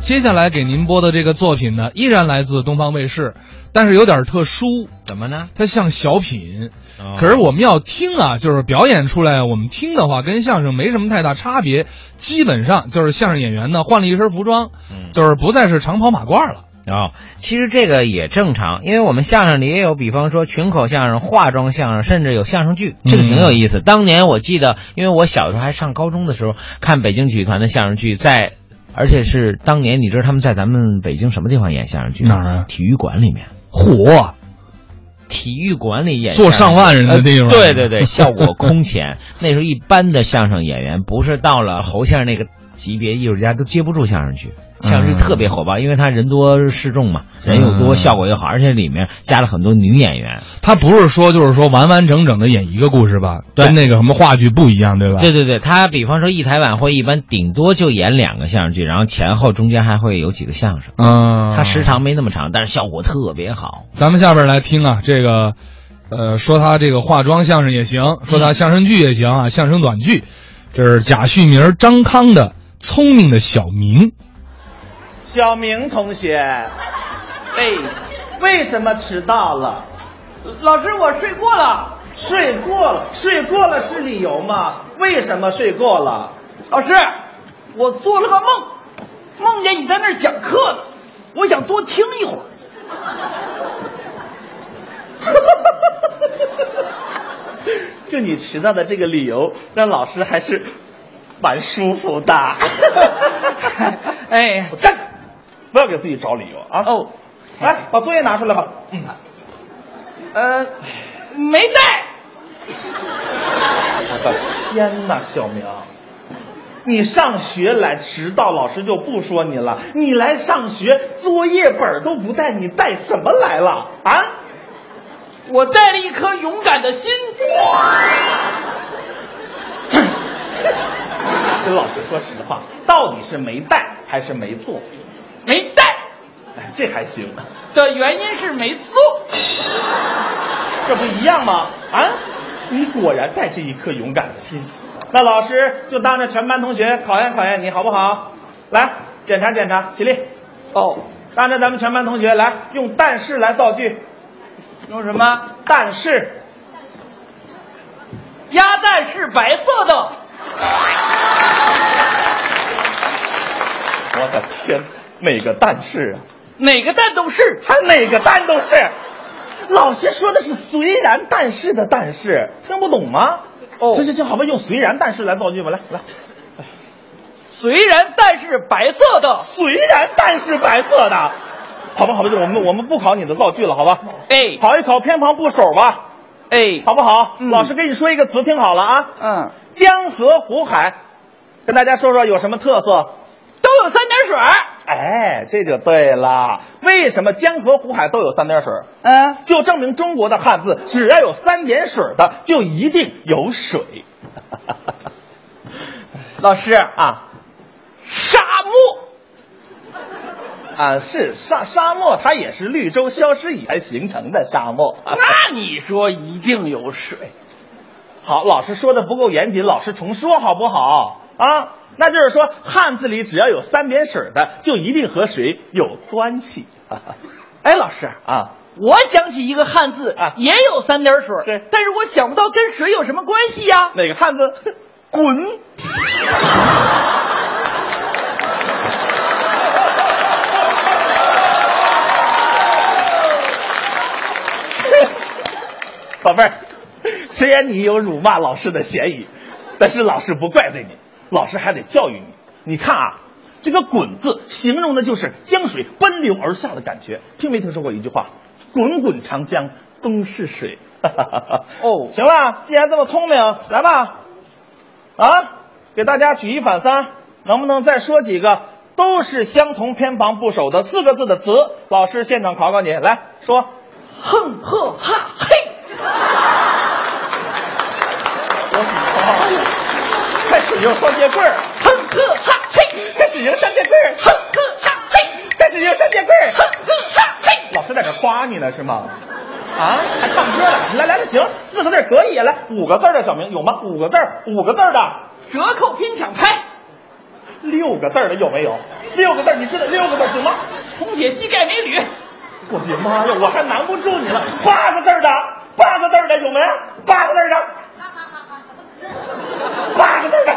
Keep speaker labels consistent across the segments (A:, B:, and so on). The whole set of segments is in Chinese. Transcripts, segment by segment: A: 接下来给您播的这个作品呢，依然来自东方卫视，但是有点特殊，
B: 怎么呢？
A: 它像小品。
B: 哦
A: 可是我们要听啊，就是表演出来，我们听的话跟相声没什么太大差别，基本上就是相声演员呢换了一身服装，
B: 嗯
A: 就是不再是长袍马褂了。
B: 哦，其实这个也正常，因为我们相声里也有，比方说群口相声、化妆相声，甚至有相声剧，这个挺有意思。当年我记得，因为我小时候还上高中的时候，看北京曲艺团的相声剧，在，而且是当年，你知道他们在咱们北京什么地方演相声剧？
A: 哪儿啊
B: 体育馆里面，
A: 火，
B: 体育馆里演
A: 坐上
B: 相声
A: 万人的
B: 呃
A: 地方。
B: 对对对， 效果空前。那时候一般的相声演员，不是到了侯先生那个级别，艺术家都接不住相声剧。相声剧特别火爆，因为他人多势众嘛，人又
A: 嗯嗯
B: 多，效果又好，而且里面加了很多女演员。
A: 他不是说就是说完完整整的演一个故事吧，
B: 对
A: 跟那个什么话剧不一样，对吧？
B: 对对对，他比方说一台晚会一般顶多就演两个相声剧，然后前后中间还会有几个相声。
A: 嗯，
B: 他时长没那么长，但是效果特别好。
A: 咱们下边来听啊，这个，呃，说他这个化妆相声也行，说他相声剧也行啊，相声短剧，这是贾旭明、张康的《聪明的小明》。
C: 小明同 学，哎，为什么迟到了？
D: 老师，我睡过了。
C: 睡过了，睡过了是理由吗？为什么睡过了？
D: 老师，我做了个梦，梦见你在那儿讲课呢，我想多听一会儿。
C: 就你迟到的这个理由，让老师还是蛮舒服 的。
D: 哎
C: 我站着，不要给自己找理由啊！
D: 哦，
C: 来，把作业拿出来吧。嗯，
D: 呃，没带。
C: 我的 天哪，小明，你上学来迟到，老师就不说你了。你来上学，作业本都不带，你带什么来了啊？
D: 我带了一颗勇敢的心。
C: 跟老师说实话，到底是没带还是没做？
D: 没带
C: 哎，这还行，
D: 的原因是没做。
C: 这不一样吗？啊，你果然带着一颗勇敢的心。那老师就当着全班同学考验考验你好不好？来，检查检查，起立。
D: 哦，
C: 当着咱们全班同学来用但是来造句，
D: 用什么？
C: 但是
D: 鸭蛋是白色的。
C: 我的天，哪个但是啊？
D: 哪个蛋都是，
C: 还哪个但都是？老师说的是虽然但是的但是，听不懂吗？
D: 哦
C: 行行行，好吧，用虽然但是来造句吧，来来，
D: 虽然蛋是白色的，
C: 虽然但是白色的，好吧好吧，就我们我们不考你的造句了，好吧？
D: 哎
C: 考一考偏旁部首吧，
D: 哎，
C: 好不好？
D: 嗯
C: 老师给你说一个词，听好了啊，
D: 嗯，
C: 江河湖海，跟大家说说有什么特色？
D: 都有三点水儿，
C: 哎，这就对了。为什么江河湖海都有三点水？
D: 嗯，
C: 就证明中国的汉字只要有三点水的，就一定有水。
D: 老师
C: 啊
D: 沙漠，
C: 啊，是沙沙漠，它也是绿洲消失以来形成的沙漠。
D: 那你说一定有水？
C: 好，老师说的不够严谨，老师重说好不好？啊，那就是说汉字里只要有三点水的，就一定和水有关系。
D: 哎，老师，
C: 啊，
D: 我想起一个汉字
C: 啊
D: 也有三点水，
C: 是
D: 但是我想不到跟水有什么关系呀、
C: 哪个汉字？滚！宝贝儿，虽然你有辱骂老师的嫌疑，但是老师不怪罪你，老师还得教育你。你看啊，这个“滚”字形容的就是江水奔流而下的感觉。听没听说过一句话？“滚滚长江东逝水。”
D: 哦
C: 行了，既然这么聪明，来吧，啊，给大家举一反三，能不能再说几个都是相同偏旁部首的四个字的词？老师现场考考你，来说。
D: 哼呵哈嘿，
C: 开始用双截棍儿，
D: 哼呵哈嘿，
C: 开始用双截棍儿，
D: 哼呵哈嘿，
C: 开始用双截棍
D: 哼
C: 儿。
D: 呵哈嘿，
C: 老师在这夸你呢是吗？啊，还唱歌了？来来来，行，四个字儿可以，来五个字儿的小明有吗？五个字儿，五个字儿的，
D: 折扣拼抢拍，
C: 六个字儿的有没有？六个字儿，你知道六个字儿行吗？
D: 重写膝盖美女，
C: 我的妈呀，我还难不住你了。八个字儿的，八个字儿的有没？八个字儿的，八个字儿的。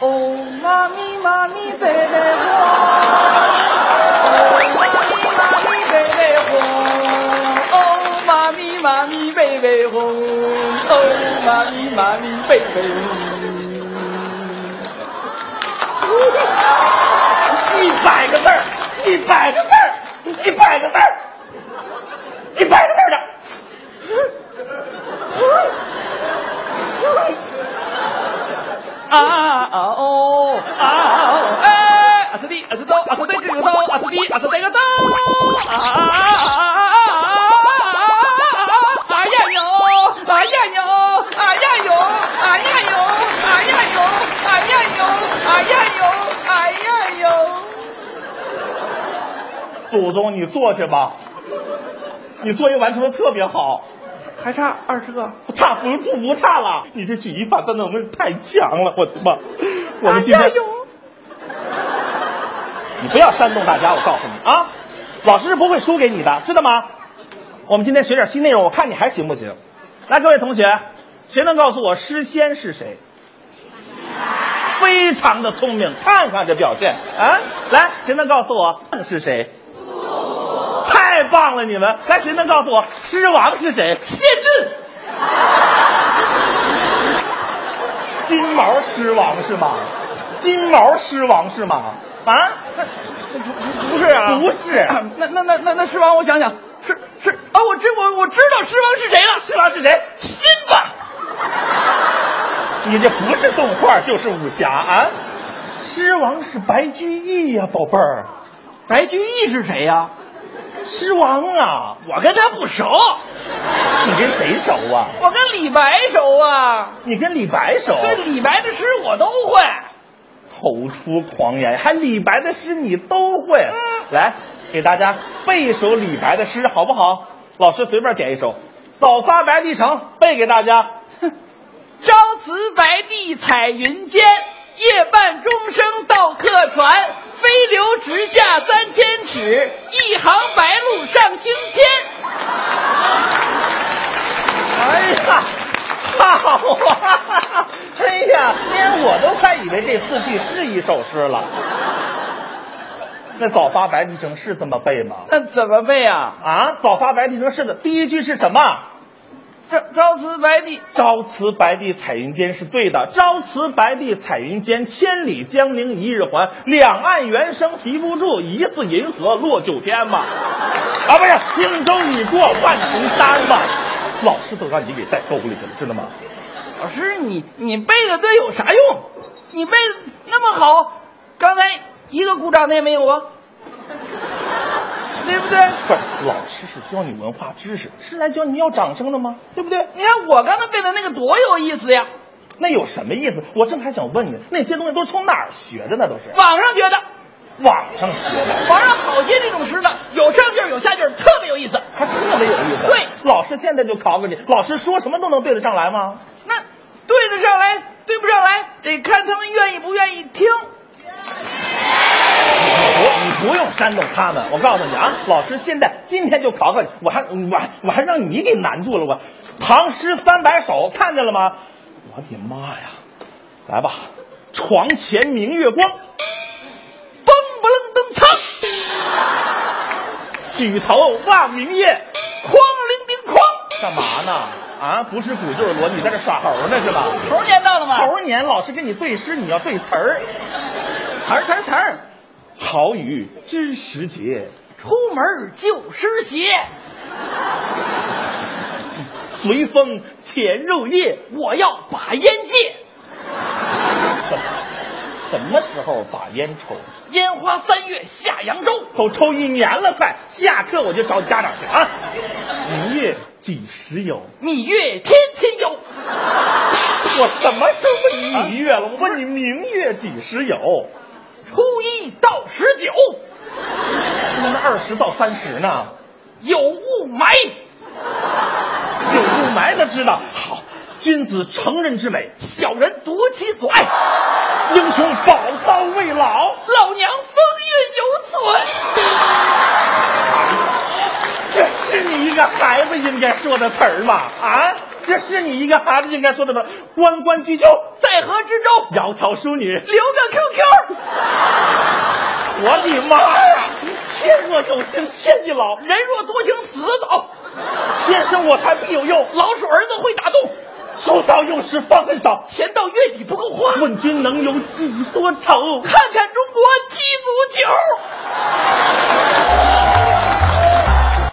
D: 哦，妈咪妈咪贝贝火，哦，妈咪妈咪贝贝火，哦，妈咪妈咪贝贝火，哦，妈咪妈咪贝贝红。
C: 一百个字儿，一百个字儿，一百个字儿，一百个字儿的。
D: 啊啊哦啊哦哎，啊是的，啊是刀，啊是的这个刀，啊是的，啊是这个刀，啊啊啊啊啊啊啊呀哟，啊呀哟，啊呀哟，啊呀哟，啊呀哟，啊呀哟，啊呀哟，啊呀哟。
C: 祖宗，你坐下吧，你作业完成的特别好，
D: 还差二十个，
C: 不差不不不差了。你这举一反三的能力太强了，我的妈！我们今天、
D: 啊呀哟
C: 你不要煽动大家，我告诉你啊，老师是不会输给你的，知道吗？我们今天学点新内容，我看你还行不行？来，各位同学，谁能告诉我诗仙是谁？非常的聪明，看看这表现啊！来，谁能告诉我圣是谁？太棒了，你们！来，谁能告诉我狮王是谁？谢震，金毛狮王是吗？金毛狮王是吗？啊？那不不是啊，不是。
D: 哎那那那那那狮王，我想想，是是啊，我知我我知道狮王是谁了，
C: 狮王是谁？
D: 辛巴，
C: 你这不是动画就是武侠啊！狮王是白居易呀、宝贝儿，
D: 白居易是
C: 哎
D: 谁呀、
C: 狮王啊！
D: 我跟他不熟，
C: 你跟谁熟啊？
D: 我跟李白熟啊，
C: 你跟李白熟？
D: 对李白的诗我都会。
C: 口出狂言，还李白的诗你都会？来，给大家背一首李白的诗好不好？老师随便点一首，《早发白帝城》背给大家。
D: 朝辞白帝彩云间，夜半钟声到客船。飞流直下三千尺，一行白鹭上青天。
C: 哎呀，好啊！哎呀，连我都快以为这四句是一首诗了。那《早发白帝城》是这么背吗？
D: 那怎么背啊？
C: 啊，《早发白帝城》是的，第一句是什么？
D: 朝朝辞白帝，
C: 朝辞白帝彩云间是对的。朝辞白帝彩云间，千里江陵一日还。两岸猿声啼不住，疑似银河落九天嘛。啊，不是，轻舟已过万重山嘛。老师都让你给带沟里去了，知道吗？
D: 老师你你背的对有啥用？你背的那么好，刚才一个鼓掌的也没有 啊，对不对？
C: 不是，老师是教你文化知识，是来教你要掌声的吗？对不对？
D: 你看我刚才背的那个多有意思呀，
C: 那有什么意思？我正还想问你，那些东西都是从哪儿学的呢？都是
D: 网上学的，
C: 网上学的，
D: 网上好些这种诗呢，有上句儿有下句儿，特别有意思。
C: 还特别有意思。
D: 对，
C: 老师现在就考考你，老师说什么都能对得上来吗？
D: 那对得上来，对不上来，得看他们愿意不愿意听。
C: 我你不用煽动他们，我告诉你啊，老师现在今天就考考你，我还我还我还让你给难住了我，唐诗三百首看见了吗？我的妈呀！来吧，床前明月光，
D: 嘣不楞登噌，
C: 举头望明月。
D: 哐铃叮哐，
C: 干嘛呢？啊，不是鼓就是锣，你在这耍猴呢是吧？
D: 猴年到了吗？
C: 猴年老师跟你对诗，你要对词儿。
D: 词儿词儿词儿，
C: 好雨知时节，
D: 出门就湿鞋，
C: 随风潜入夜。
D: 我要把烟戒，
C: 什么时候把烟抽？
D: 烟花三月下扬州，
C: 都抽一年了，快！下课我就找你家长去啊！明月几时有？
D: 蜜月天天有。
C: 我什么时候问你明月了？我问你明月几时有？
D: 初一到十九
C: 那二十到三十呢？
D: 有雾霾，
C: 有雾霾的知道。好，君子成人之美。
D: 小人夺其所爱。
C: 英雄宝刀未老。
D: 老娘风韵犹存。
C: 这是你一个孩子应该说的词儿吗？啊，这是你一个孩子应该说的词儿。关关雎鸠，
D: 在河之洲
C: 窈窕淑女。
D: 留个 QQ，
C: 我的妈呀！天若有情天亦老，
D: 人若多情死得早，
C: 天生我材必有用。
D: 老鼠儿子会打洞，
C: 手到用时方恨少，
D: 钱到月底不够花。
C: 问君能有几多愁？
D: 看看中国踢足球。